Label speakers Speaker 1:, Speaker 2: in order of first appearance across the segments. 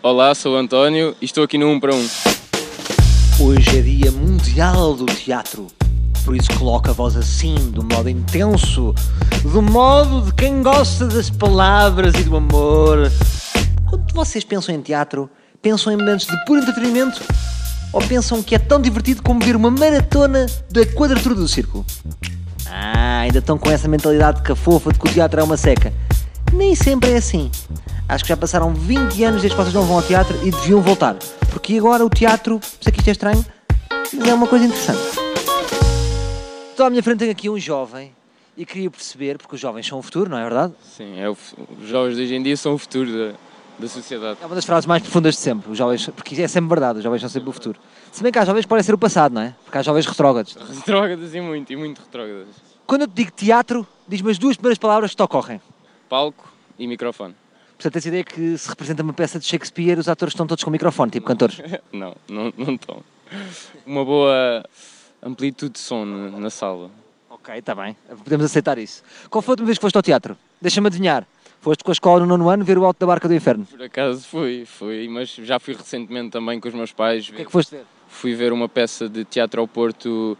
Speaker 1: Olá, sou o António e estou aqui no 1 para 1.
Speaker 2: Hoje é dia mundial do teatro. Por isso coloco a voz assim, do modo intenso, do modo de quem gosta das palavras e do amor. Quando vocês pensam em teatro, pensam em momentos de puro entretenimento? Ou pensam que é tão divertido como ver uma maratona da quadratura do círculo? Ah, ainda estão com essa mentalidade de cafofa de que o teatro é uma seca. Nem sempre é assim. Acho que já passaram 20 anos desde que vocês não vão ao teatro e deviam voltar. Porque agora o teatro, sei que isto é estranho, mas é uma coisa interessante. Estou à minha frente tenho aqui um jovem e queria perceber, porque os jovens são o futuro, não é verdade?
Speaker 1: Sim, é o fu- os jovens de hoje em dia são o futuro da, da sociedade.
Speaker 2: É uma das frases mais profundas de sempre, os jovens, porque é sempre verdade, os jovens são sempre o futuro. Se bem que há jovens que podem ser o passado, não é? Porque há jovens retrógrados.
Speaker 1: Retrógradas e muito, e muito retrógradas.
Speaker 2: Quando eu te digo teatro, diz-me as duas primeiras palavras que te ocorrem.
Speaker 1: Palco e microfone.
Speaker 2: Portanto, tens a ideia que se representa uma peça de Shakespeare, os atores estão todos com microfone, tipo cantores.
Speaker 1: Não, não, não estão. Uma boa amplitude de som na, na sala.
Speaker 2: ok, está bem, podemos aceitar isso. Qual foi a última vez que foste ao teatro? Deixa-me adivinhar. Foste com a escola no nono ano ver o Alto da Barca do Inferno.
Speaker 1: Por acaso fui, fui, mas já fui recentemente também com os meus pais.
Speaker 2: O que é que foste ver?
Speaker 1: Fui ver uma peça de teatro ao Porto.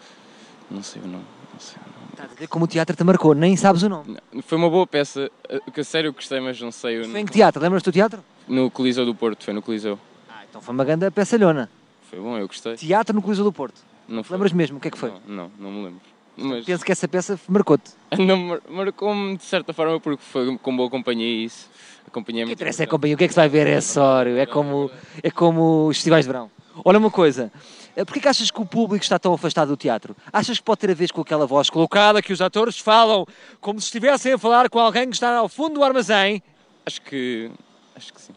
Speaker 1: Não sei o nome. Não sei o nome.
Speaker 2: Estás a ver como o teatro te marcou, nem sabes o nome.
Speaker 1: Não, Foi uma boa peça, eh, que a sério gostei, mas não sei o
Speaker 2: Foi em
Speaker 1: nome.
Speaker 2: que teatro? Lembras-te do teatro?
Speaker 1: No Coliseu do Porto, foi no Coliseu.
Speaker 2: Ah, então foi uma grande peçalhona.
Speaker 1: Foi bom, eu gostei.
Speaker 2: Teatro no Coliseu do Porto.
Speaker 1: Não foi.
Speaker 2: Lembras mesmo o que é que foi?
Speaker 1: Não, não, não me lembro. Mas
Speaker 2: Penso que essa peça marcou-te. O
Speaker 1: não mar- marcou-me de certa forma porque foi com boa companhia e isso. A companhia é
Speaker 2: que
Speaker 1: muito
Speaker 2: interessa é a
Speaker 1: importante.
Speaker 2: companhia, o que é que se vai ver é sório, é como, é como os festivais de verão. Olha uma coisa, eh, porquê que achas que o público está tão afastado do teatro? Achas que pode ter a ver com aquela voz colocada que os atores falam, como se estivessem a falar com alguém que está ao fundo do armazém?
Speaker 1: Acho que. Acho que sim.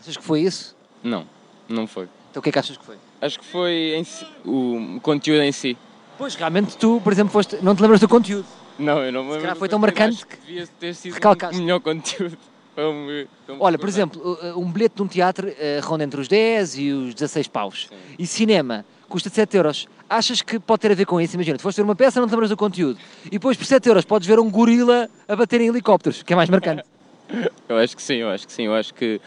Speaker 2: Achas que foi isso?
Speaker 1: Não, não foi.
Speaker 2: Então o que é que achas que foi?
Speaker 1: Acho que foi em si- o conteúdo em si.
Speaker 2: Pois, realmente tu, por exemplo, foste, não te lembras do conteúdo.
Speaker 1: Não, eu não me lembro.
Speaker 2: calhar
Speaker 1: do
Speaker 2: foi tão
Speaker 1: conteúdo,
Speaker 2: marcante
Speaker 1: acho
Speaker 2: que
Speaker 1: devia ter sido
Speaker 2: recalcaste.
Speaker 1: um melhor conteúdo. um, para eu me- para eu me
Speaker 2: Olha,
Speaker 1: recordar.
Speaker 2: por exemplo, eh, um bilhete de um teatro eh, ronda entre os 10 e os 16 paus. E cinema custa 7 euros. Achas que pode ter a ver com isso? Imagina, tu foste ver uma peça, não te lembras do conteúdo. E depois, por 7 euros, podes ver um gorila a bater em helicópteros, que é mais marcante.
Speaker 1: Eu acho que sim, eu acho que sim. Eu acho que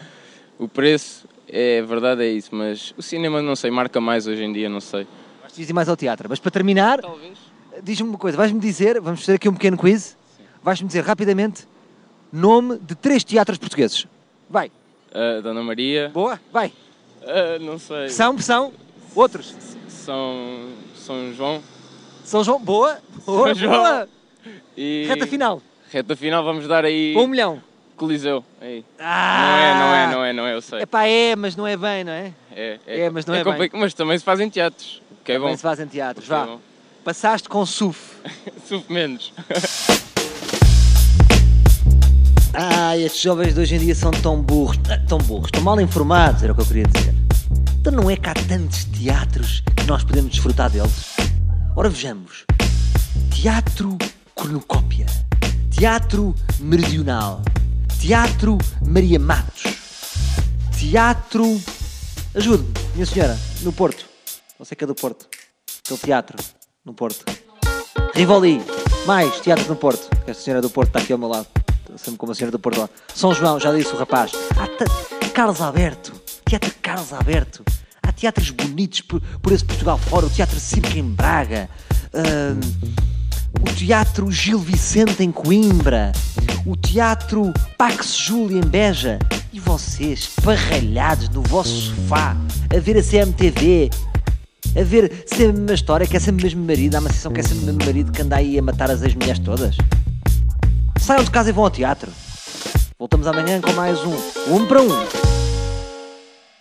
Speaker 1: o preço, é a verdade, é isso. Mas o cinema, não sei, marca mais hoje em dia, não sei.
Speaker 2: Vais dizer mais ao teatro. Mas para terminar,
Speaker 1: Talvez.
Speaker 2: diz-me uma coisa. Vais-me dizer, vamos fazer aqui um pequeno quiz. Vais-me dizer rapidamente nome de três teatros portugueses. Vai.
Speaker 1: Dona Maria.
Speaker 2: Boa. Vai.
Speaker 1: Ah, não sei.
Speaker 2: São, são. Outros.
Speaker 1: São, São João
Speaker 2: São João. Boa. Boa.
Speaker 1: São João.
Speaker 2: boa.
Speaker 1: e.
Speaker 2: Reta final.
Speaker 1: Reta final, vamos dar aí.
Speaker 2: Um milhão.
Speaker 1: Coliseu. Aí. Não
Speaker 2: Ah!
Speaker 1: é, não é, não é, não é, eu sei.
Speaker 2: É pá, é, mas não é bem, não é?
Speaker 1: É,
Speaker 2: é, mas não é bem.
Speaker 1: complicado, Mas também se fazem teatros, que é bom.
Speaker 2: Bem se fazem teatros,
Speaker 1: Que
Speaker 2: vá.
Speaker 1: é bom.
Speaker 2: Passaste com suf.
Speaker 1: Sufo menos.
Speaker 2: Ah, estes jovens de hoje em dia são tão burros, ah, tão burros, tão mal informados, era o que eu queria dizer. Então não é que há tantos teatros que nós podemos desfrutar deles? Ora vejamos. Teatro Cornucópia. Teatro Meridional. Teatro Maria Matos. Teatro... Ajude-me, minha senhora, no Porto. Você que é do Porto. Aquele teatro, no Porto. Rivoli, mais teatro no Porto. que Esta senhora do Porto está aqui ao meu lado. Estou sempre com uma senhora do Porto lá. São João, já disse o rapaz. Há ta- Carlos Alberto, Teatro Carlos Alberto. Há teatros bonitos por, por esse Portugal fora. O Teatro Circo em Braga. Hum, Ahm, o Teatro Gil Vicente em Coimbra. O Teatro Pax Júlia em Beja. E vocês, parralhados no vosso sofá, a ver a CMTV, a ver sempre a mesma história, que é sempre o mesmo marido, há uma sessão que é sempre o mesmo marido que anda aí a matar as ex-mulheres todas. Saiam de casa e vão ao teatro. Voltamos amanhã com mais um Um para Um.